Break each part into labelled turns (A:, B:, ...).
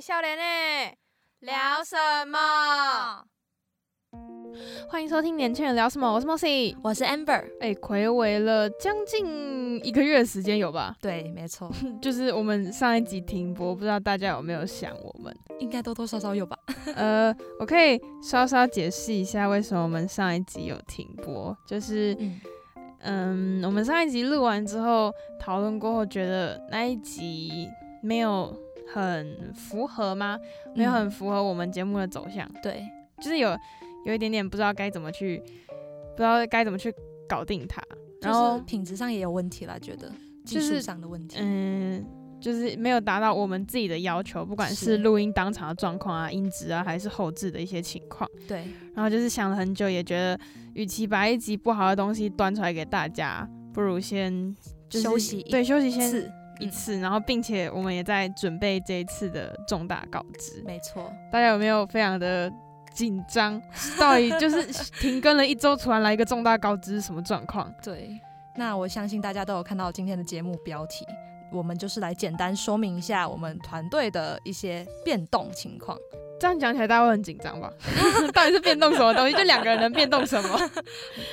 A: 少年诶，聊什么？欢迎收听《年轻人聊什么》，我是 Mossy。
B: 我是 Amber。
A: 嗯哎，暌违了将近一个月的时间有吧？
B: 对，没错，
A: 就是我们上一集停播，不知道大家有没有想我 们？
B: 应该多多少少有吧。
A: 呃，我可以稍稍解释一下为什么我们上一集有停播，就是
B: 嗯，
A: 嗯，我们上一集录完之后讨论过后，觉得那一集没有很符合吗？没有很符合我们节目的走向，
B: 对，
A: 就是有有一点点不知道该怎么去，不知道该怎么去搞定它。然
B: 然
A: 后
B: 后品质上也有问题啦，觉得技
A: 就是
B: 术上的问题。
A: 嗯，就是没有达到我们自己的要求，不管是
B: 是
A: 录音当场的状况啊、音质啊，还是后置的一些情况。
B: 对，
A: 然后就是想了很久，也觉得与其把一集不好的东西端出来给大家，不如先、就是、
B: 休息一
A: 对，休息先
B: 次
A: 一
B: 嗯
A: 次。然后，并且我们也在准备这一次的重大告知，
B: 没错，
A: 大家有没有非常的？紧张， 到底就是停更了一周，突然来一个重大告知，是什么状况？
B: 对。那我相信大家都有看到今天的节目标题，我们就是来简单说明一下我们团队的一些变动情况。
A: 这样讲起来，大家会很紧张吧？ 到底是变动什么东西？就两个人能变动什么？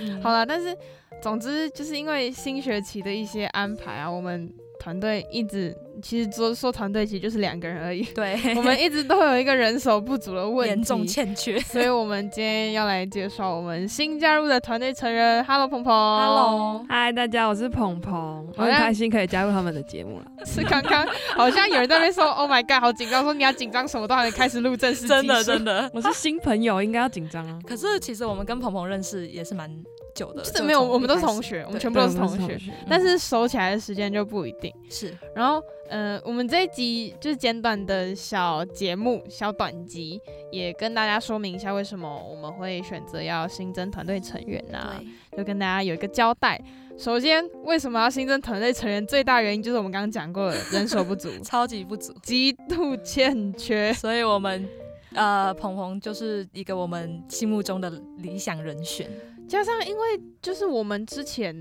B: 嗯
A: 好，啦，但是总之就是因为新学期的一些安排啊，我们团队一直其实说说团队其实就是两个 人而已，
B: 对，
A: 我们一直都有一个人手不足的问题，
B: 严重欠缺。
A: 所以我们今天要来介绍我们新加入的团队成员，Hello 鹏鹏
B: Hello，
C: 嗨，大家，我是鹏鹏，我很
A: 像
C: 开心可以加入他们的节目了。
A: 是刚刚好像有人在那边说，Oh my God，好紧张，说你要紧张什么都还没开始录正式集数，
B: 的。
C: 我是新朋友，应该要紧张啊。
B: 可是其实我们跟鹏鹏认识也是蛮久的，
A: 就是没有，
B: 从一
A: 我们都是
B: 开始
A: 同学，我们
B: 对
A: 全部都是同
C: 对我们
A: 学，
C: 学
A: 但是熟起来的时间就不一定。
B: 是
A: 然后，呃，我们这一集就是简短的小节目、小短集，也跟大家说明一下为什么我们会选择要新增团队成员啊，
B: 对
A: 就跟大家有一个交代。首先，为什么要新增团队成员？最大原因就是我们刚刚讲过的人手不 足，
B: 超级不足。
A: 极度欠缺。
B: 所以我们呃，鹏鹏就是一个我们心目中的理想人选。
A: 加上，因为就是我们之前，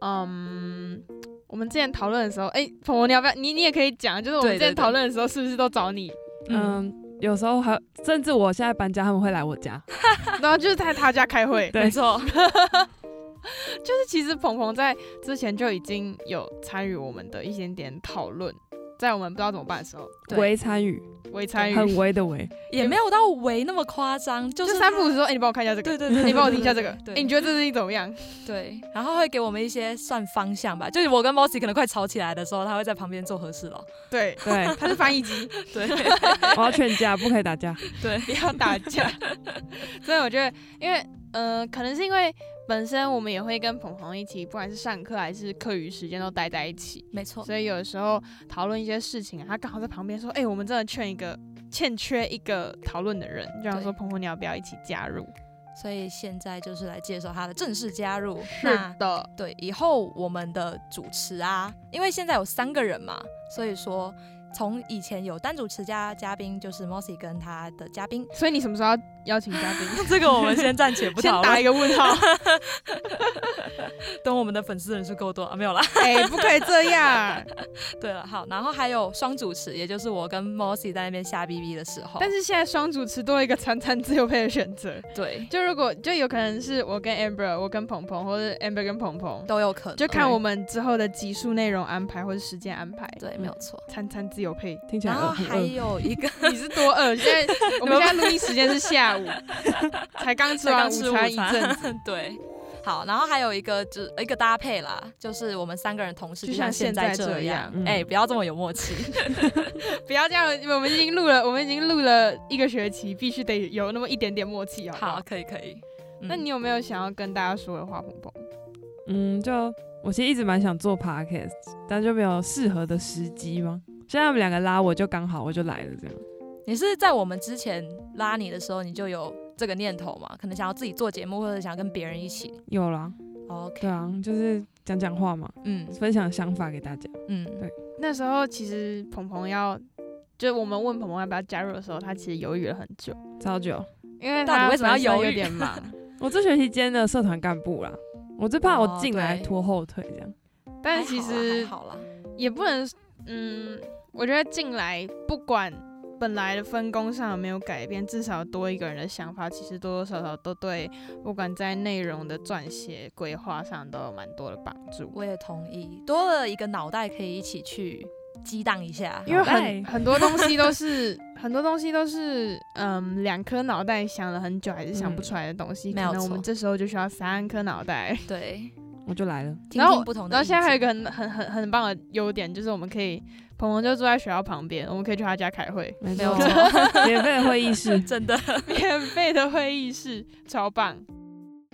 A: 嗯。我们之前讨论的时候，哎、鹏鹏，你要不要？你你也可以讲，啊就是我们
B: 对
A: 之
B: 对
A: 前讨论的时候，是不是都找你？
C: 嗯，有时候还甚至我现在搬家，他们会来我家。
A: 然后就是在他家开会，
C: 对
B: 没错，
A: 就是其实鹏鹏在之前就已经有参与我们的一点点讨论，在我们不知道怎么办的时候，
B: 对
C: 微参与，
A: 我也参与，
C: 很微的微。
B: 也没有到围那么夸张，就
A: 就是三
B: 他
A: 不五时说，哎、你帮我看一下这个，
B: 对对对，
A: 你帮我
B: 对
A: 听一下这个，哎、
B: 对
A: 你觉得这是怎么样？
B: 对，然后会给我们一些算方向吧。就是我跟 Mossy 可能快吵起来的时候，他会在旁边做和事佬。
A: 对，
C: 对，
A: 他是翻译机，
B: 对
C: 我要劝架，不可以打架。
B: 对，
A: 不要打架。 所以我觉得，因为呃，可能是因为本身我们也会跟鹏鹏一起，不管是上课还是课余时间都待在一起，
B: 没错，
A: 所以有时候讨论一些事情，他刚好在旁边说，哎、我们真的欠一个欠缺一个讨论的人，就想说
B: 对
A: 鹏鹏你要不要一起加入？
B: 所以现在就是来介绍他的正式加入。
A: 是
B: 那
A: 的，
B: 对，以后我们的主持啊，因为现在有三个人嘛，所以说从以前有单主持加嘉宾，就是 Mossy 跟他的嘉宾，
A: 所以你什么时候要邀请嘉宾？
B: 这 个我们先暂 且不
A: 先
B: 讨
A: 打
B: 论，
A: 一个问 号，
B: 等我们的粉丝人数够多啊，没有啦。
A: 哎、不可以这样。
B: 对了，好，然后还有双主持，也就是我跟 Mossy 在那边瞎逼逼的时候，
A: 但
B: 是
A: 是现在双主持多一个餐餐自由配的选择，
B: 对
A: 就如果就有可能是我跟 Amber，我跟鹏鹏，或者 Amber 跟鹏鹏，
B: 都有可能，
A: 就看我们之后的集数内容安排或者时间安排。嗯
B: 对，没有错。
A: 餐餐自由 配，
C: 听起来
B: 然后
C: 很
B: 还
C: 很
B: 有一个
A: 你是多饿？现在我们现在录音时间是下午，才刚吃完
B: 刚吃午
A: 餐一 阵子，
B: 餐， 对。好，然后还有一个就一个搭配啦，就是我们三个人同时
A: 就像
B: 像
A: 现
B: 在
A: 在这
B: 样
A: 样，
C: 嗯
B: 哎、不要这么有默契，
A: 不要这样。我们已经录了，我们已经录了一个学期，必须得有那么一点点默契，好不好
B: 好，？可以可以。嗯
A: 那你有没有想要跟大家说的话，鹏鹏？
C: 嗯，就我其实一直蛮想做 podcast，但就没有适合的时机吗？现在他们两个拉我就刚好，我就来了这样。
B: 你是在我们之前拉你的时候，你就有这个念头嘛？可能想要自己做节目，或者想要跟别人一起。
C: 有啦，
B: 哦 OK，
C: 对啊，就是讲讲话嘛，
B: 嗯
C: 分享想法给大家。
B: 嗯，
C: 对
A: 那时候其实鹏鹏要，就是我们问鹏鹏要不要加入的时候，他其实犹豫了很久，
C: 超久，
A: 因为
B: 到底
A: 他
B: 为什么要
A: 本身
B: 犹豫
A: 有点忙，
C: 我这学期兼的社团干部啦，我最怕我进来
B: 哦对
C: 拖后腿这样。
A: 但是其实
B: 还好啦，还好啦
A: 也不能，嗯，我觉得进来不管本来的分工上有没有改变，至少多一个人的想法，其实多多少少都对，不管在内容的撰写规划上都有蛮多的帮助。
B: 我也同意，多了一个脑袋可以一起去激荡一下。
A: 因为
C: 好累
A: 很很多东西都是很多东西都是嗯两颗脑袋想了很久还是想不出来的东西，
B: 嗯
A: 可
B: 没有
A: 能我
B: 错
A: 们这时候就需要三颗脑袋。
B: 对，
C: 我就来了。
B: 听
A: 然后
B: 听不同的
A: 然后现在还有一个
B: 意
A: 很很很很棒的优点，就是我们可以鹏鹏就住在学校旁边，我们可以去他家开会，
C: 没
B: 没有
C: 错，
B: 错
C: 免费的会议室
B: 见，真的
A: 免费的会议室，超棒。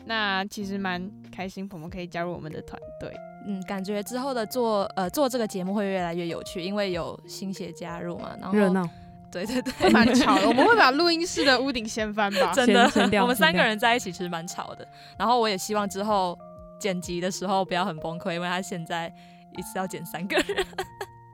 A: 那其实蛮开心，鹏鹏可以加入我们的团队。
B: 嗯，感觉之后的做呃做这个节目会越来越有趣，因为有新血加入嘛，然后
C: 热闹，
B: 对对对，
A: 会 蛮吵的，我们会把录音室的屋顶掀翻 吧。
B: 真的
C: 先掉
B: 我们
C: 先
B: 三个
C: 掉
B: 人在一起其实蛮吵的。然后我也希望之后剪辑的时候不要很崩溃，因为他现在一次要剪三个人，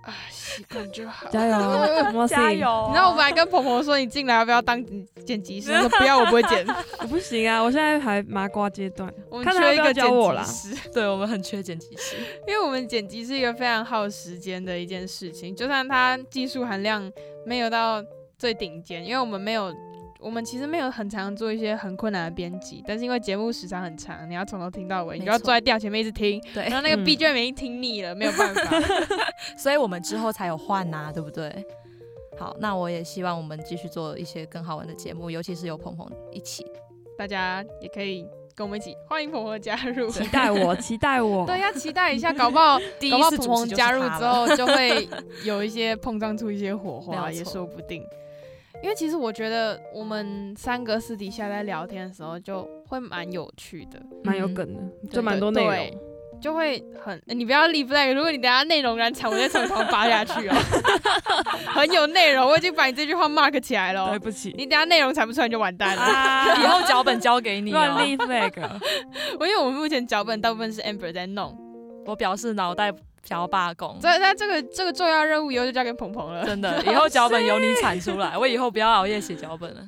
A: 啊，习惯就好。
C: 加油 m
B: 加油！！
A: 你知道我本来跟鹏鹏说你进来要不要当剪辑师，他说不要，我不会剪。
C: 我不行啊，我现在还麻瓜阶段，
A: 我们
C: 看他
A: 缺
C: 要
A: 一
C: 不要
A: 个
C: 教
A: 剪
C: 我啦
A: 辑师，
B: 对我们很缺剪辑 师，
A: 因为我们剪辑是一个非常耗时间的一件事情，就算它技术含量没有到最顶尖，因为我们没有。我们其实没有很常做一些很困难的编辑，但是因为节目时长很长，你要从头听到尾，你
B: 没
A: 就要
B: 错
A: 坐在调前面一 直听，
B: 对
A: 然，后那个
C: 嗯
A: B 卷已经听腻了，没有办法。
B: 所以我们之后才有换呐、对不对？好，那我也希望我们继续做一些更好玩的节目，尤其是有鹏鹏一 起。
A: 大家也可以跟我们一起欢迎鹏鹏的加入。
C: 期待我，期待我。
A: 对，要啊期待一下，搞不 好
B: 第
A: 哦搞不
B: 一
A: 好
B: 次
A: 鹏
B: 主持
A: 鹏
B: 就是
A: 加入
B: 他
A: 之
B: 了，
A: 后，就会有一些碰撞出一些火花，
B: 没有
A: 也
B: 错
A: 说不定。因为其实我觉得我们三个私底下在聊天的时候，就会蛮有趣的，
C: 蛮有
B: 嗯
C: 梗的，就
B: 对
C: 蛮多内
A: 对
C: 容。
A: 就会很你不要立 flag，如果你等下内容燃场，我再从头扒下去哦， 很有内容，我已经把你这句话 mark 起来了
C: 对
A: 哦。
C: 不起，
A: 你等下内容产不出来你就完蛋了。
C: 啊
B: 以后脚本交给你、
C: 乱
B: 哦。
C: 立 flag，
A: 我因为我们目前脚本大部分是 Amber 在弄，
B: 我表示脑袋想要罢工，
A: 所以那这个这个重要任务以后就交给鹏鹏了。
B: 真的，以后脚本由你产出 来，我以后不要熬夜写脚本了。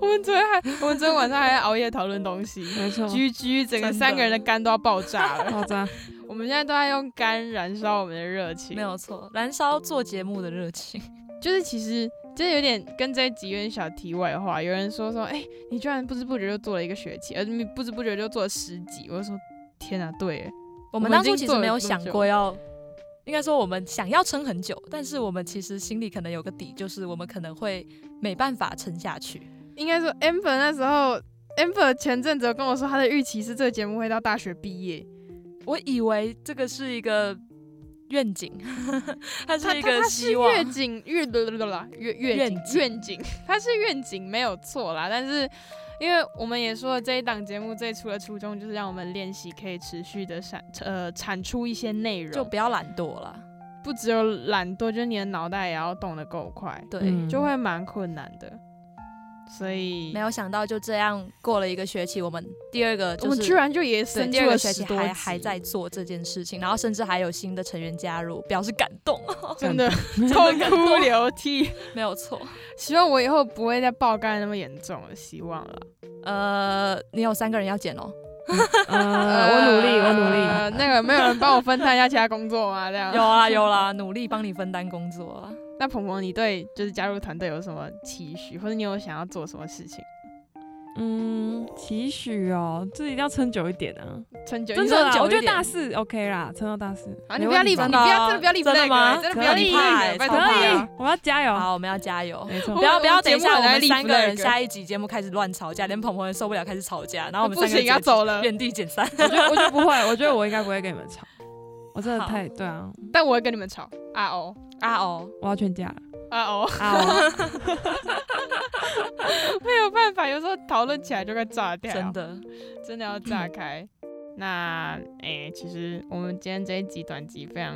A: 我们昨天还，我们昨天晚上还在熬夜讨论东西。
C: 没错。
A: 居居，整个
B: 哦真的
A: 三个人的肝都要爆炸 了。
C: 爆炸，
A: 我们现在都在用肝燃烧我们的热情。
B: 没，有错，燃烧做节目的热情。
A: 就是其实这有点跟这一集有点小题外话。有人说说，哎、你居然不知不觉就做了一个学期，而你不知不觉就做了十集。我就说，天啊，对耶，
B: 我
A: 们
B: 们当
A: 当初
B: 初
A: 其
B: 其
A: 实
B: 实
A: 没
B: 没
A: 有
B: 有
A: 想
B: 想
A: 过
B: 过要，应该说我们想要撑很久，但是我们其实心里可能有个底，就是我们可能会没办法撑下去。
A: 应该说 Amber 那时候，Amber 前阵子有跟我说，她的预期是这个节目会到大学毕业。
B: 我以为这个是一个愿景， 它
A: 他
B: 是一
A: 他
B: 个
A: 他是
B: 希望。
A: 愿景，月啦，月月景
B: 愿景
A: 愿景，他是愿景没有错啦。但是，因为我们也说了，这一档节目最初的初衷就是让我们练习可以持续的产呃产出一些内容，
B: 就不要懒惰了，
A: 不只有懒惰，就是你的脑袋也要动得够快，
B: 对，
C: 嗯
A: 就会蛮困难的。所以
B: 没，有想到就这样过了一个学期，我们第二个
A: 我
B: 就
A: 们
B: 是
A: 居然就
B: 对
A: 也生
B: 第
A: 出
B: 二
A: 了
B: 个学
A: 十
B: 期
A: 多
B: 还
A: 集
B: 还 在做这件事情，然后甚至还有新的成员加入，表示感动，
A: 真的
B: 的
A: 痛
B: 感
A: 哭
B: 动
A: 流涕。
B: 没有错。
A: 希望我以后不会再爆肝那么严重了，希望了。
B: 呃，你有三个人要剪哦，
C: 呃，我努力，我努力。
A: 呃那个没有人帮我分担一下其他工作吗？这 样
B: 有啦有啦，努力帮你分担工作啊。
A: 那鹏鹏，你对就是加入团队有什么期许，或者你有想要做什么事情？
C: 嗯，期许哦，这一定要撑久一点啊！
A: 春九，
C: 真
A: 你
C: 的
A: 说
C: 啦
B: 撑，久
C: 我觉
B: 一
C: 得
B: 点
C: 大四 OK 啦，撑到大四。
A: 啊，
C: 没
A: 你不
C: 问
A: 要
C: 题
A: 立，
C: 吧
A: 你
B: 吧
A: 不要真的不要立
B: 真的
A: flag，
B: 吗
A: 欸真的不
C: 可
A: 要
C: 以
A: 立
B: 怕
A: flag，
B: 欸
A: 拜
B: 超
A: 托
B: 怕
A: 不
C: 可
A: 要
C: 以。，我要加油。
B: 好，我们要加油。
C: 没
A: 我
C: 错
B: 不，要
A: 们
B: 不要，
A: 节
B: 等一
A: 目
B: 下
A: 很
B: 我
A: 爱
B: 们
A: 立
B: 三个人
A: flag
B: 下一集节目开始乱吵架，连鹏鹏受不了开始吵架，然后我们
A: 不
B: 三个人
A: 行，要
B: 直接
A: 走了。
B: 原地解散。
C: 我觉得我觉得不 会，我觉得我应该不会跟你 们吵。我真的
B: 好
C: 太对啊，
A: 但我会跟你们吵。啊哦，
B: 啊哦，
C: 我要劝架了
A: 啊哦，
C: 啊！我
A: 没有办法，有时候讨论起来就会炸 掉，
B: 真的，
A: 真的 要炸开。那诶、其实我们今天这一集短集非常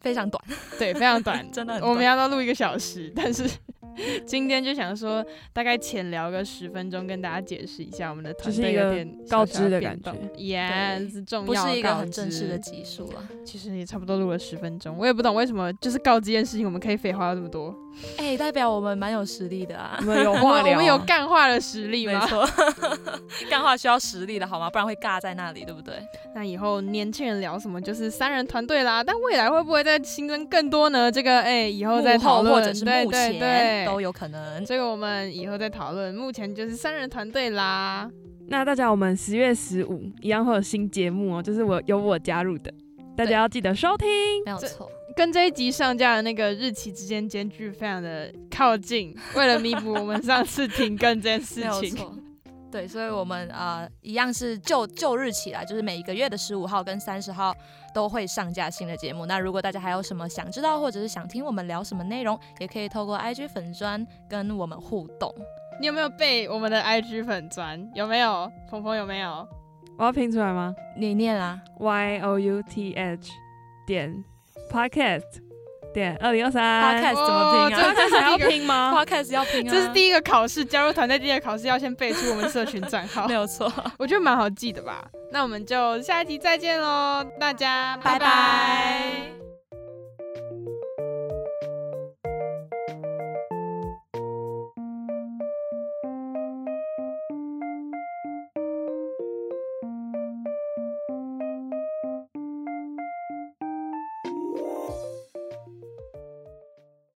B: 非常短，，
A: 对，非常短
B: 真的很短
A: 我们要到录一个小时，但是 今天就想说，大概浅聊个十分钟，跟大家解释一下我们的团
C: 就是
A: 队
C: 一
A: 有
C: 个
A: 点
C: 告
A: 小小
C: 知的
A: 变
C: 感
A: 动
C: 觉
A: ，yes，重
B: 不
A: 要
B: 是一个
A: 告
B: 很正式的
A: 知。
B: 集数啊。
A: 其实也差不多录了十分钟，我也不懂为什么，就是告知这件事情，我们可以废话这么多。
B: 哎，代表我们蛮有实力的啊
C: 我。们有
A: 我
C: 话
A: 们
C: 聊啊，
A: 我们有干话的实力
B: 没
A: 吗？
B: 错， 干话需要实力的好吗？不然会尬在那里，对不对？
A: 那以后年轻人聊什么就是三人团队啦，但未来会不会再新增更多呢？这个哎、以后再
B: 幕后
A: 讨论，
B: 或者是
A: 对
B: 幕
A: 对
B: 前
A: 对，对
B: 都有可能。
A: 这个我们以后再讨论。目前就是三人团队啦，
C: 那大家，我们十月十五一样会有新节目哦，就是我有我加入的，大
B: 对
C: 家要记得收听。
B: 没有
A: 这
B: 错，
A: 跟这一集上架的那个日期之间间距非常的靠 近，为了弥补我们上次停更这件事
B: 没有
A: 情，
B: 错。对，所以我们呃一样是旧旧日起来，就是每一个月的十五号跟三十号都会上架新的节目。那如果大家还有什么想知道或者是想听我们聊什么内容，也可以透过 IG 粉砖跟我们互动。
A: 你有没有被我们的 IG 粉砖？有没有？鹏鹏有没有？
C: 我要拼出来吗
B: 你念啊，
C: ？Y O U T H 点 podcast 点二零二三
B: Podcast 怎么拼啊
A: 哦这这
C: 还
A: 是
C: 要
A: 第一个，
C: 拼吗？
B: Podcast 要拼啊，
A: 这是第一个考试，加入团队第一个考试要先背出我们社群账 号
B: 没，有错，
A: 我觉得蛮好记的吧。那我们就下一集再见喽，大家
B: 拜拜